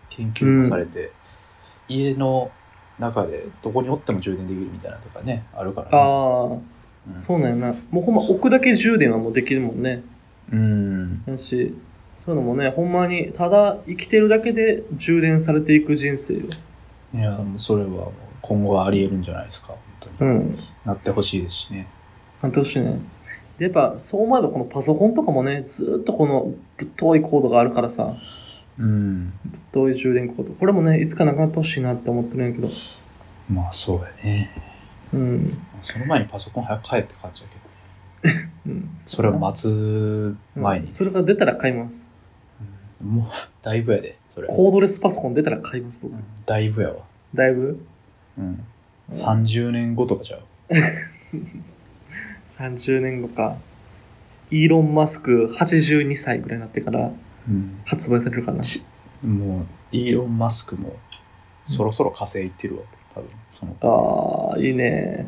B: 近研究もされて、家の中でどこにおっても充電できるみたいなのとかね、あるから
A: あ
B: ね。
A: ー、
B: うん
A: そうなんやな。もうほんま置くだけ充電はもうできるもんね。
B: うん。
A: だし、そういうのもね、ほんまにただ生きてるだけで充電されていく人生よ。
B: いや、もうそれはもう今後はありえるんじゃないですか、本当に。
A: うん。
B: なってほしいですしね。
A: 半年ね。で、やっぱそう思えばこのパソコンとかもね、ずーっとこのぶっといコードがあるからさ、
B: うん。
A: ぶっとい充電コード。これもね、いつかなくなってほしいなって思ってるんやけど。
B: まあそうやね。
A: うん。
B: その前にパソコン早く買えって感じだけど。
A: うん、
B: それを待つ前に
A: うん。それが出たら買います。
B: もう、だいぶやで、それ。
A: コードレスパソコン出たら買います、僕。
B: だいぶやわ。
A: だいぶ
B: うん。
A: うん
B: 30年後とかじゃう。
A: 30年後か。イーロン・マスク82歳ぐらいになってから
B: うん。
A: 発売されるかな。
B: もう、イーロン・マスクも、そろそろ火星行ってるわ。多分、その、
A: ああ、いいね。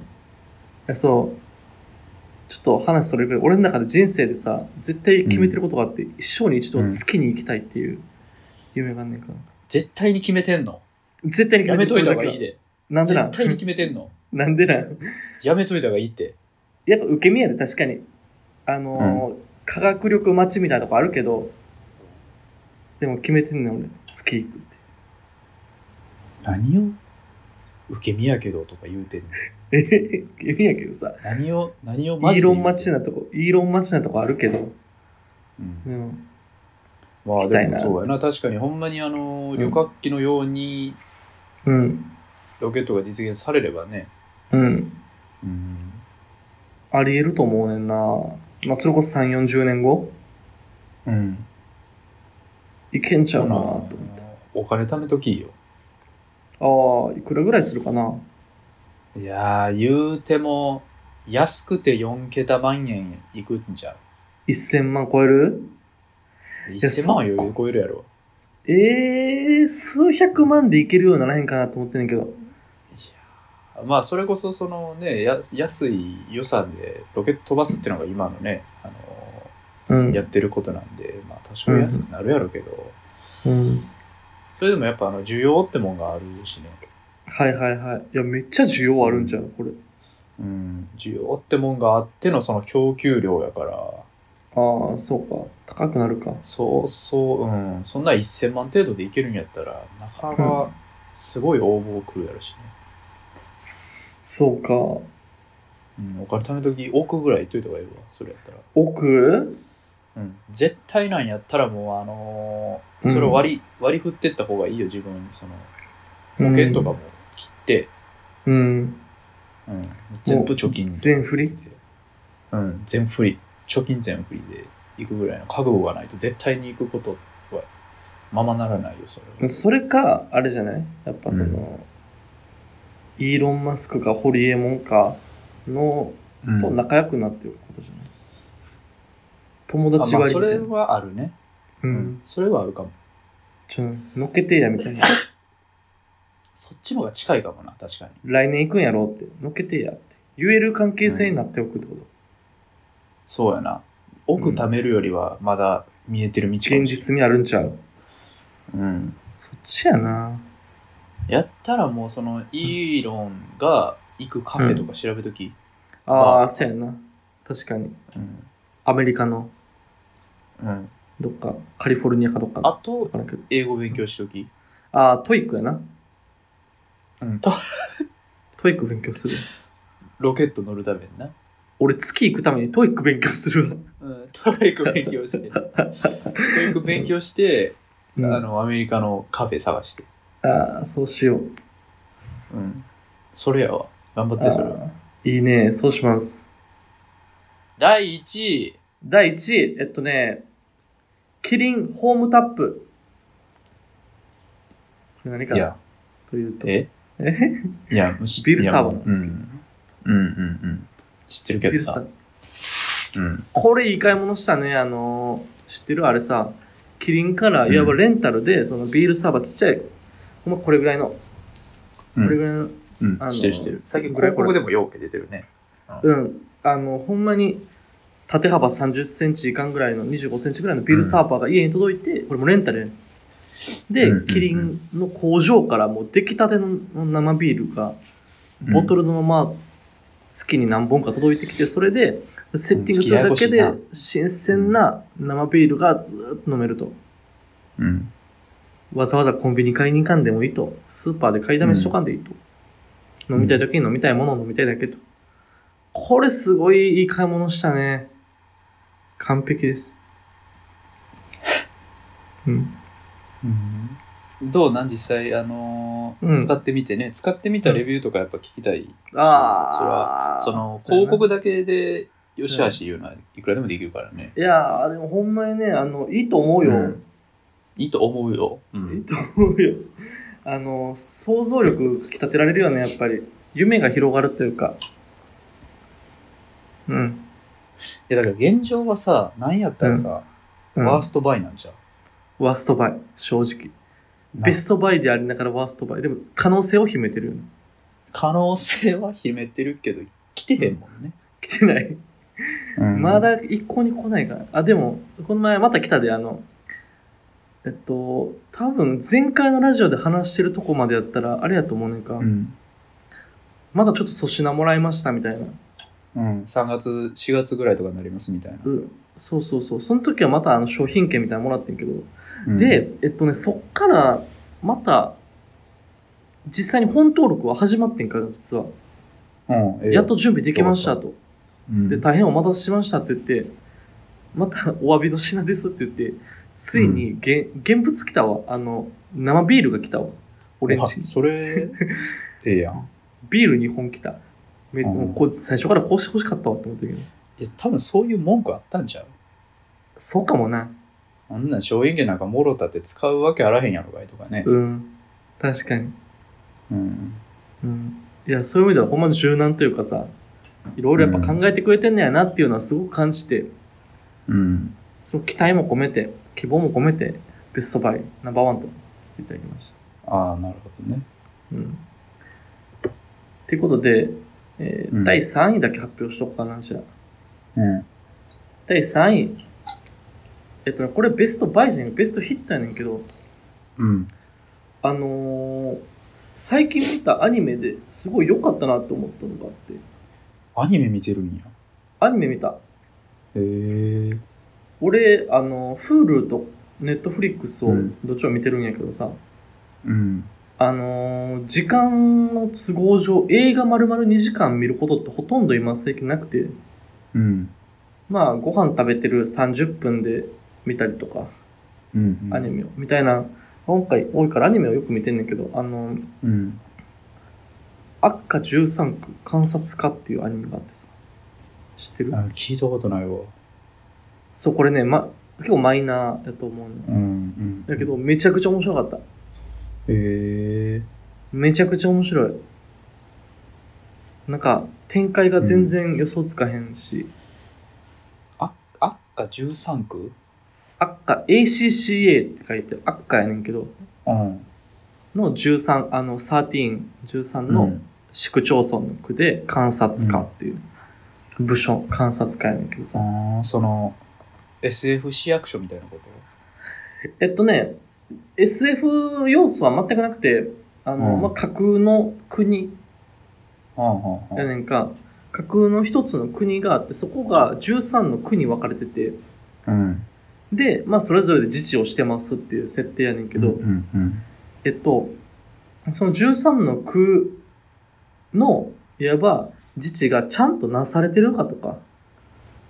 A: いやそう。ちょっと話それぐらい。俺の中で人生でさ、絶対決めてることがあって、一生に一度は月に行きたいっていう夢があんねんから。
B: 絶対に決めてんの。
A: 絶対に
B: やめといた方がいい
A: い。
B: で。
A: なんでなん
B: 絶対に決めてんの。
A: なんでなん
B: やめといた方がいいって。
A: やっぱ受け身やで、確かに。あのー科学力待ちみたいなとこあるけど、でも決めてんねん俺。月行くって。
B: 何を受け身やけどとか言うてんの。
A: えへへ受け身やけどさ。
B: 何を、何を
A: イー
B: で
A: ロン
B: 言うてんの
A: 待ちなとこ、イーロン待ちなとこあるけど、
B: うん
A: でも
B: まあ
A: 行きた
B: で
A: い
B: も
A: な
B: そうやな確かにほんまにあの
A: ん
B: 旅客機のように
A: うん、
B: ロケットが実現されればね、
A: うん、
B: うん、
A: ありえると思うねんな。まあ、それこそ3、40年後、
B: うん、
A: いけんちゃうかなと思
B: お金貯めときよ
A: って。ああ、いくらぐらいするかな。
B: いやー言うても安くて4桁万円いくんじゃ
A: 1000万超える
B: う1000万は余裕超えるやろ
A: ええー、数百万でいけるようにならへんかなと思ってんねんけど。
B: まあそれこそそのねや安い予算でロケット飛ばすっていうのが今のね、あの
A: うん。
B: やってることなんで、まあ、多少安くなるやろうけど、
A: うん。
B: それでもやっぱあの需要ってもんがあるしね
A: はいはいはい。いや、めっちゃ需要あるんちゃうこれ。
B: うん、需要ってもんがあってのその供給量やから、
A: ああ、そうか。高くなるか。
B: そうそう、うん、そんな1000万程度でいけるんやったら、なかなかすごい応募来るやろしね。
A: そうか。
B: うん、お金貯めとき億ぐらいいっといた方がいいわ、それやったら。
A: 奥
B: うん、絶対なんやったらもう、あのー
A: うん
B: それを割り、割り振ってった方がいいよ、自分、その、
A: うん
B: 保険とかも切って、
A: うん。
B: うん、全部貯金。
A: 全振り
B: うん、全振り。貯金全振りで行くぐらいの覚悟がないと絶対に行くことはままならないよ、それは。
A: それか、あれじゃないやっぱその、イーロン・マスクかホリエモンかの、
B: うん
A: と仲良くなってることじゃない、友
B: あ
A: 達
B: まあ、
A: 割り
B: そ
A: みたい
B: れ
A: な。
B: はあるね。
A: う。
B: うんそれはあるかも。
A: ちょ、乗っけてや、みたい な。
B: そっちの方が近いかもな、確かに。
A: 来年行くんやろって、乗っけてやって。言える関係性になっておくってこと。
B: そうやな。奥貯めるよりは、まだ見えてる道か
A: 現
B: もしれ
A: 実味あるんちゃう
B: ないうん。
A: そっちやな。
B: やったらもう、その、イーロンが行くカフェとか調べとき。
A: あ
B: ま
A: あ、そうやな。確かに。
B: うん。
A: アメリカの、
B: うん。
A: どっか、カリフォルニアかどっかの。
B: あと
A: わ、からんけど
B: 英語勉強しとき。
A: ああ、トイックやな。
B: うん。と、
A: トイック勉強する。
B: ロケット乗るためにな。
A: 俺月行くためにトイック勉強するわ。
B: うん。トイック勉強して。トイック勉強して、あ
A: うん
B: の、アメリカのカフェ探して。
A: ああ、そうしよう。
B: うん。それやわ。頑張って、それは。
A: あーいいね、そうします。
B: 第1位。
A: 第1位、えっとね、キリンホームタップ。これ何か
B: いや、
A: というと、
B: え
A: え
B: いや、知
A: ビールサーバー
B: いやもううん。うんうんうん。知ってるけ
A: ビ
B: ど
A: ルさ
B: さ。
A: ん
B: うん。
A: これいい買い物したね、あのー、知ってるあれさ、キリンから、いわばレンタルで、そのビールサーバーちっちゃい、ほんまこれぐらいの、こ
B: うん
A: れぐらいの、
B: うん
A: あの
B: 知ってる知ってる。最近
A: これ
B: 広告でもようけ出てるね。
A: うん、あの、ほんまに、縦幅30センチいかんぐらいの25センチぐらいのビールサーバーが家に届いて、これもレンタルやねんで、
B: うんうんうん
A: キリンの工場からもう出来たての生ビールが、
B: うん
A: ボトルのまま月に何本か届いてきて、それで、セッティングするだけ
B: うん月やや
A: で
B: こしい、
A: 新鮮な生ビールがずーっと飲めると。
B: うん。
A: わざわざコンビニ買いに行かんでもいいと。スーパーで買いだめしとかんでいいと。
B: ん
A: 飲みたい時に飲みたいものを飲みたいだけと。これすごいいい買い物したね。完璧 です。うん。
B: どうなん実際、あのー
A: うん
B: 使ってみてね。使ってみたレビューとかやっぱ聞きたいし。
A: ああ。
B: それは、その、
A: うやな
B: 広告だけで、よしあし言うのはいくらでもできるからね。
A: いやー、でもほんまにね、あの、いいと思うよ。
B: うんいいと思うよ。う
A: いい
B: ん。
A: と思うよ。あの、想像力かき立てられるよね、やっぱり。夢が広がるというか。うん。
B: や、だから現状はさ、なんやったらさ、
A: うん、
B: ワーストバイなんじゃん。
A: ワーストバイ、正直。ベストバイでありながらワーストバイ。でも、可能性を秘めてるよね。
B: 可能性は秘めてるけど、来てへんもんね。
A: 来てない。まだ一向に来ないから。あ、でも、この前また来たで、あの、えっと、多分前回のラジオで話してるとこまでやったら、あれやと思うねんか。
B: うん。
A: まだちょっと粗品もらいましたみたいな。
B: うん。3月、4月ぐらいとかになりますみたいな。
A: うん。そうそうそう。その時はまたあの商品券みたいなのもらってんけど。
B: うん、
A: で、えっとね、そっから、また、実際に本登録は始まってんから、実は。
B: うん、ええ
A: やっと準備できましたと。
B: うん
A: で、大変お待たせしましたって言って、またお詫びの品ですって言って、ついにげ、現物来たわ。あの、生ビールが来たわ。オレン
B: あ
A: ジ。
B: そ れ、ええやん。
A: ビール2本来た。め
B: うん
A: もうこう最初からこうしてほしかったわって思ったけど。
B: いや、多分そういう文句あったんちゃう
A: そうかもな。
B: あんなん商品券なんかもろたって使うわけあらへんやろがいとかね。
A: うん。確かに。
B: うん。
A: うん。いや、そういう意味ではほんまに柔軟というかさ、いろいろやっぱ考えてくれてんねやなっていうのはすごく感じて、
B: うん。
A: その期待も込めて、希望も込めて、ベストバイ、ナンバーワンとさせていただきました。
B: ああ、なるほどね。
A: うん。っていうことで、えー
B: うん
A: 第3位だけ発表しとこうかな、じゃあ。
B: うん。
A: 第3位。えっとね、これベストバイじゃねベストヒットやねんけど、
B: うん。
A: あのー、最近見たアニメですごい良かったなって思ったのがあって、
B: アニメ見てるんや。
A: アニメ見た。
B: へえ。
A: 俺、あの、Hulu と Netflix を
B: うん
A: どっちも見てるんやけどさ、
B: うん。
A: あのー時間の都合上、映画丸々2時間見ることってほとんど今最近なくて、
B: うん。
A: まあ、ご飯食べてる30分で見たりとか、
B: うん。うん
A: アニメを、みたいな、今回多いからアニメをよく見てんねんけど、あの、
B: うん。
A: 悪化13区観察家っていうアニメがあってさ、知ってる
B: あ聞いたことないわ。
A: そう、これね、ま、結構マイナーやと思うの。
B: うん。うん。
A: だけ。ど、めちゃくちゃ面白かった。
B: へえ。
A: めちゃくちゃ面白い。なんか、展開が全然予想つかへんし、
B: あっか13区
A: 悪化、ACCA って書いて、悪化やねんけど、
B: うん。
A: の13、あの、13、13
B: の、
A: の市区町村の区で観察官っていう、部署、観察官やねんけどさ。
B: ああ、その、SF 市役所みたいなこと
A: えっとね、SF 要素は全くなくて、あの、
B: うん
A: まあ、架空の国
B: はあは
A: やねんか、架空の一つの国があって、そこが13の区に分かれてて、
B: あ。うん。
A: で、まあ、それぞれで自治をしてますっていう設定やねんけど、
B: うんうん。
A: えっと、その13の区の、いわば、自治がちゃんとなされてるかとか、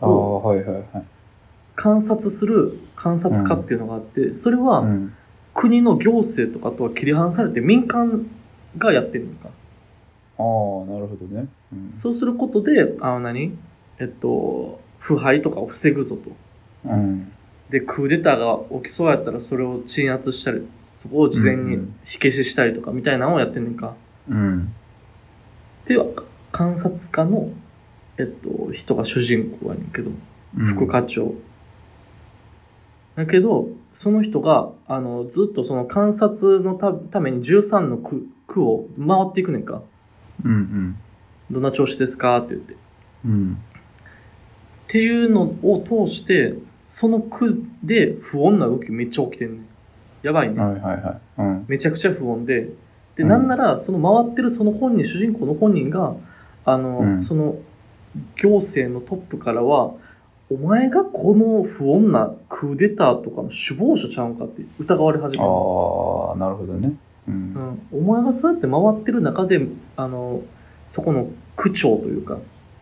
B: ああ、はいはいはい。
A: 観察する観察家っていうのがあって、それは
B: うん。
A: 国の行政とかとは切り離されて民間がやってるのか。
B: ああ、なるほどね。うん。
A: そうすることで、あの何えっと、腐敗とかを防ぐぞと。
B: うん。
A: で、クーデターが起きそうやったらそれを鎮圧したり、そこを事前に火消ししたりとかみたいなのをやってんねんか。
B: うん。
A: で、観察家の、えっと、人が主人公やねんけど。副課長。だけど、その人が、あの、ずっとその観察のたために13の区区を回っていくねんか。
B: うん
A: どんな調子ですかって言って。っ
B: うん。うん。
A: ていうのを通して、その区で不穏な動きめっちゃ起きてんねん。やばいね。
B: はいはいはい。うん。
A: めちゃくちゃ不穏で。で、
B: うん
A: なんなら、その回ってるその本人、主人公の本人が、あの、
B: うん
A: その、行政のトップからは、お前がこの不穏なクーデターとかの首謀者ちゃうんかって疑われ始める。
B: ああ、なるほどね。う。
A: うんん、お前がそうやって回ってる中で、あの、そこの区長というか、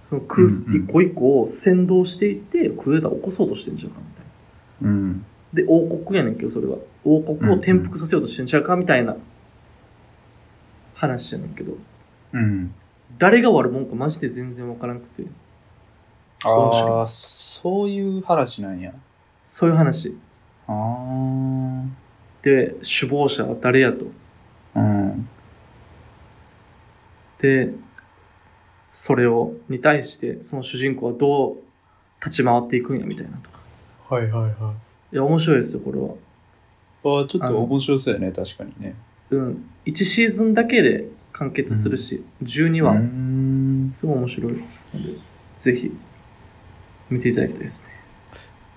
A: その区
B: うんうん
A: 一個一個を先導していって、クーデターを起こそうとしてんじゃんか、みたいな。
B: うん。
A: で、王国やねんけど、それは。王国を転覆させようとしてんちゃうかみたいな話やねんけど、
B: うん。
A: 誰が悪者かマジで全然わからなくて、
B: ああ、そういう話なんや。
A: そういう話。
B: ああ。
A: で、首謀者は誰やと。
B: うん。
A: で、それを、に対して、その主人公はどう立ち回っていくんや、みたいなとか。
C: はいはいはい。
A: いや、面白いですよ、これは。
B: ああ、ちょっと面白そうやね、確かにね。
A: うん。1シーズンだけで完結するし、12
B: う
A: 話、
B: ん。
A: すごい面白いので、ぜひ、見ていただきたいですね。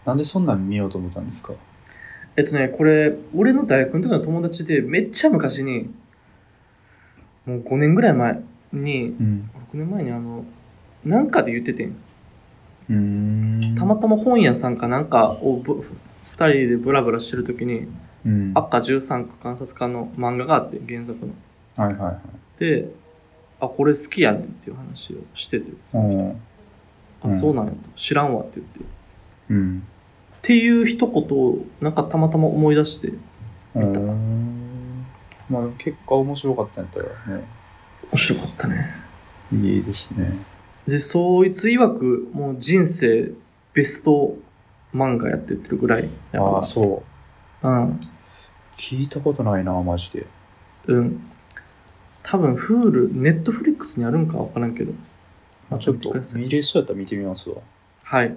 B: なんでそんなん見ようと思ったんですか
A: えっとね、これ、俺の大学の時の友達で、めっちゃ昔に、もう5年ぐらい前に、
B: うん。
A: 6年前にあの、なんかで言っててん。
B: うん。
A: たまたま本屋さんかなんかをぶ二人でブラブラしてるときに、
B: うん。は
A: 赤13区観察官の漫画があって、原作の。
B: いはいはい。
A: で、あ、これ好きやねんっていう話をしてて、
B: うん。
A: あ、
B: うん
A: そうなんやと、知らんわって言って。っ
B: うん。
A: ていう一言を、なんかたまたま思い出して、
B: うん。まあ、結果面白かったんやったらね。
A: 面白かったね。
B: いいですね。
A: で、そいつ曰く、もう人生ベスト漫画やって言ってるぐらい。やっ
B: あ
A: ぱ
B: あ、そう。
A: うん。
B: 聞いたことないな、マジで。
A: うん。多分、フール、ネットフリックスにあるんかわからんけど。
B: まあ、ちょっと
A: 見てください
B: 見れそうやったら見てみますわ。
A: はい。っ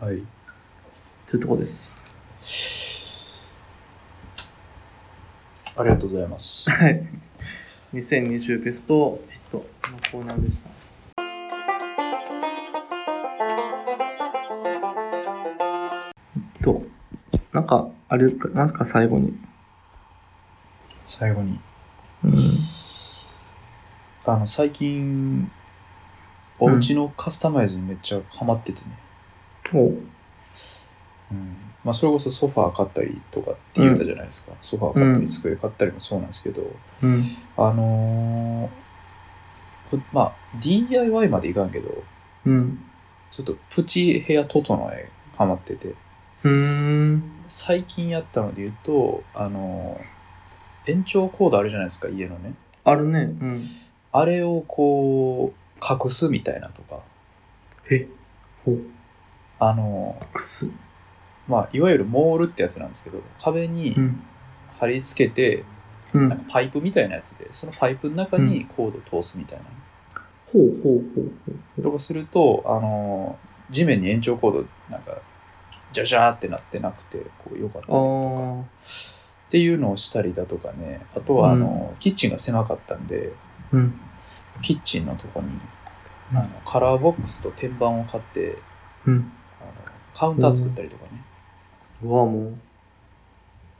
B: はい。
A: ていうとこです。
B: ありがとうございます。
A: はい。2020ベストヒットのコーナーでした。と、なんか、あれか、なんすか、最後に。
B: 最後に。
A: うん。
B: あの、最近、お家のカスタマイズにめっちゃハマっててね。
A: と、
B: うん。まあ、それこそソファー買ったりとかって言ったじゃないですか。ソファー買った
A: うん
B: り、机買ったりもそうなんですけど、
A: うん。
B: あのーこまあ、DIY までいかんけど、
A: うん。
B: ちょっとプチ部屋整えハマってて、
A: うーん。
B: 最近やったので言うと、あのー延長コードあるじゃないですか、家のね。
A: あるね。うん。
B: あれをこう、隠すみたいなとか、
A: え、ほ、
B: あのー
A: くす。
B: まあ、いわゆるモールってやつなんですけど、壁に
A: うん。
B: 貼り付けて、
A: う
B: な
A: ん。
B: んかパイプみたいなやつで、そのパイプの中にコード通すみたいな。
A: ほうほうほうほう。
B: とかすると、あのー地面に延長コード、なんか、ジャジャーってなってなくて、こう、良かったりとか。
A: あ
B: っていうのをしたりだとかね、あとは、あのーキッチンが狭かったんで、
A: あ。うん。
B: キッチンのとこに、
A: うん
B: あのカラーボックスと天板を買って、
A: うん。
B: あのカウンター作ったりとかね。
A: うわ、もう。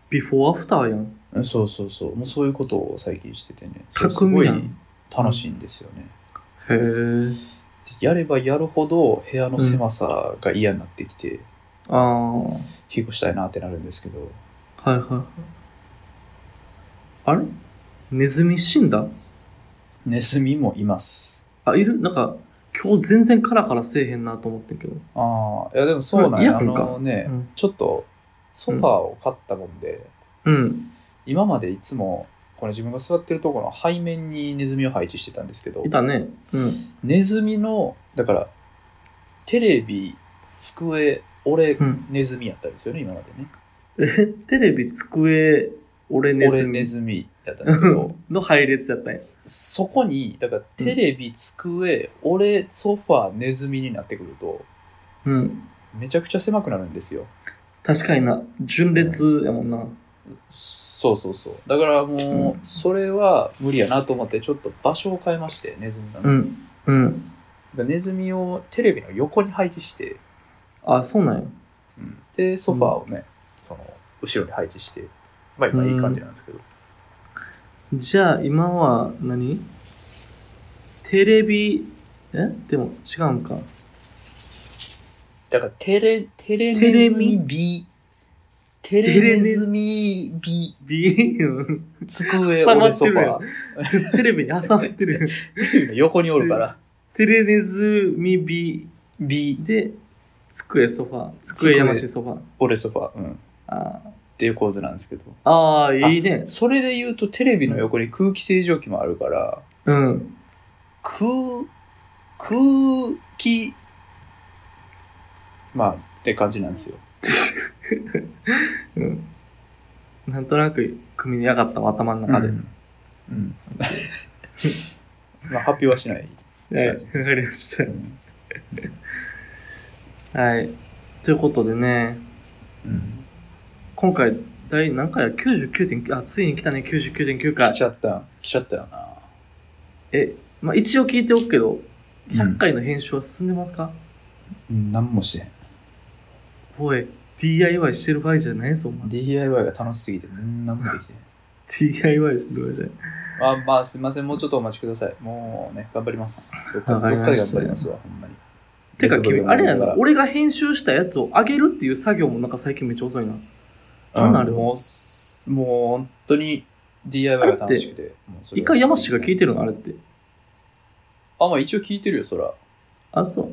A: ビフォーアフターやん。
B: うんそうそうそう。もうそういうことを最近しててね。それすご
A: 匠
B: い
A: やん。
B: 楽しいんですよね。
A: へえ。
B: でやればやるほど部屋の狭さが嫌になってきて、
A: ああ、はい
B: 引っ越したいなってなるんですけど、
A: はいはい。あれネズミ死んだ
B: ネズミもいます。
A: あ、いるなんか、今日全然カラカラせえへんなと思ってんけど。
B: ああ、いやでもそうなんや。あ
A: うん嫌なんか
B: のね、
A: うん
B: ちょっとソファーを買ったもんで、
A: うん。
B: 今までいつもこの自分が座ってるところの背面にネズミを配置してたんですけど
A: い、たね。うん。
B: ネズミの、だから、テレビ、机、俺、
A: うん。
B: ネズミやったんですよね、今までね。
A: え、テレビ、机、俺ネズ
B: 俺、
A: ミ。
B: ネズミやったんですけど、
A: の配列やったんや。
B: そこに、だから、テレビ、机、俺、ソファー、ネズミになってくると、
A: うん。
B: めちゃくちゃ狭くなるんですよ。
A: 確かにな、順列やもんな。
B: そうそうそう。だからも
A: う
B: う、それは無理やなと思って、ちょっと場所を変えまして、ネズミの
A: う
B: ね。
A: ん。うん。
B: だからネズミをテレビの横に配置して、
A: あ、そうなんや。
B: で、ソファーをね、その、後ろに配置して、まあ今いい感じなんですけど。
A: じゃあ、今は何、テレビ、えでも、違うんか。
B: だから、テレ、テレ
A: テ
B: ネ
A: レ
B: ズ
A: ミ
B: ミ B。テレネズミ B。
A: ビ ーン。
B: 机、
A: 挟ま
B: 俺
A: って
B: ソ
A: る
B: フ
A: や
B: ァ
A: んテレビに挟まって る。
B: ー。横におるから。
A: テレネズミビ
B: B、
A: で、机ソファー、机山しソファー。
B: 俺ソファー。うん。っ
A: あ
B: ていう構図なんですけど。
A: ーあー、いいね。
B: それで言うと、テレビの横に空気清浄機もあるから、
A: うん。
B: 空、空気、まあ、って感じなんですよ。
A: うん。なんとなく組みやがったわ、頭の中で。
B: うんうん。 まあ、発表はしない。
A: はい、
B: は
A: わ
B: い
A: かりました
B: う。ん。
A: はい。ということでね、
B: うん、
A: 今回、第何回だ ?99.9、あ、ついに来たね、99.9
B: 来
A: 回。
B: ちゃった。来ちゃったよな。
A: え、まあ一応聞いておくけど、
B: うん
A: 100回の編集は進んでますか、
B: うん、何もしてへん。
A: おい、DIY してる場合じゃないぞ、お前。
B: DIY が楽しすぎて、何もできてへん。
A: DIY してる場合じゃない。
B: あまあすみません、もうちょっとお待ちください。もうね、頑張ります。どっか
A: わかり
B: どっ
A: ま
B: か
A: した
B: で頑張りますわ、ほんまに。
A: てか
B: レッドブル
A: 君、
B: 飲
A: あれ
B: み
A: や
B: なが
A: な
B: ら、
A: 俺が編集したやつを上げるっていう作業もなんか最近めっちゃ遅いな。なんなんあれ
B: うんもうす、もう本当に DIY が楽しくて。もうそれ
A: 一回山氏が聞いてるの、あれって。
B: あ、まあ一応聞いてるよ、そら。
A: あ、そう。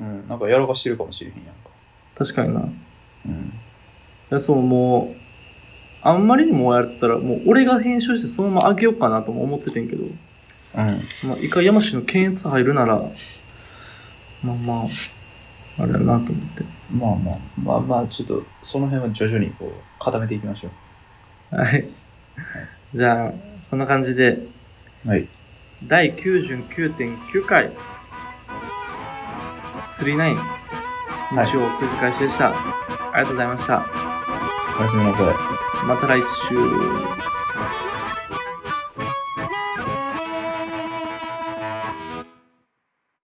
B: うん、なんかやらかしてるかもしれへんやんか。
A: 確かにな。い
B: うん。
A: や、そう、もう、あんまりにもやったら、もう俺が編集してそのまま上げようかなとも思っててんけど、
B: う
A: まあ、一回山氏の検閲入るなら、まあまあ、あれやなと思って。
B: ん。まあまあ、まあまあ、ちょっとその辺は徐々にこう固めていきましょ
A: はい。じゃあ、そんな感じで、
B: う。はい。
A: 第99.9回、39
B: い
A: 日曜繰り返しでした、ありがとうございました。
B: おやすみなさい。
A: また来週。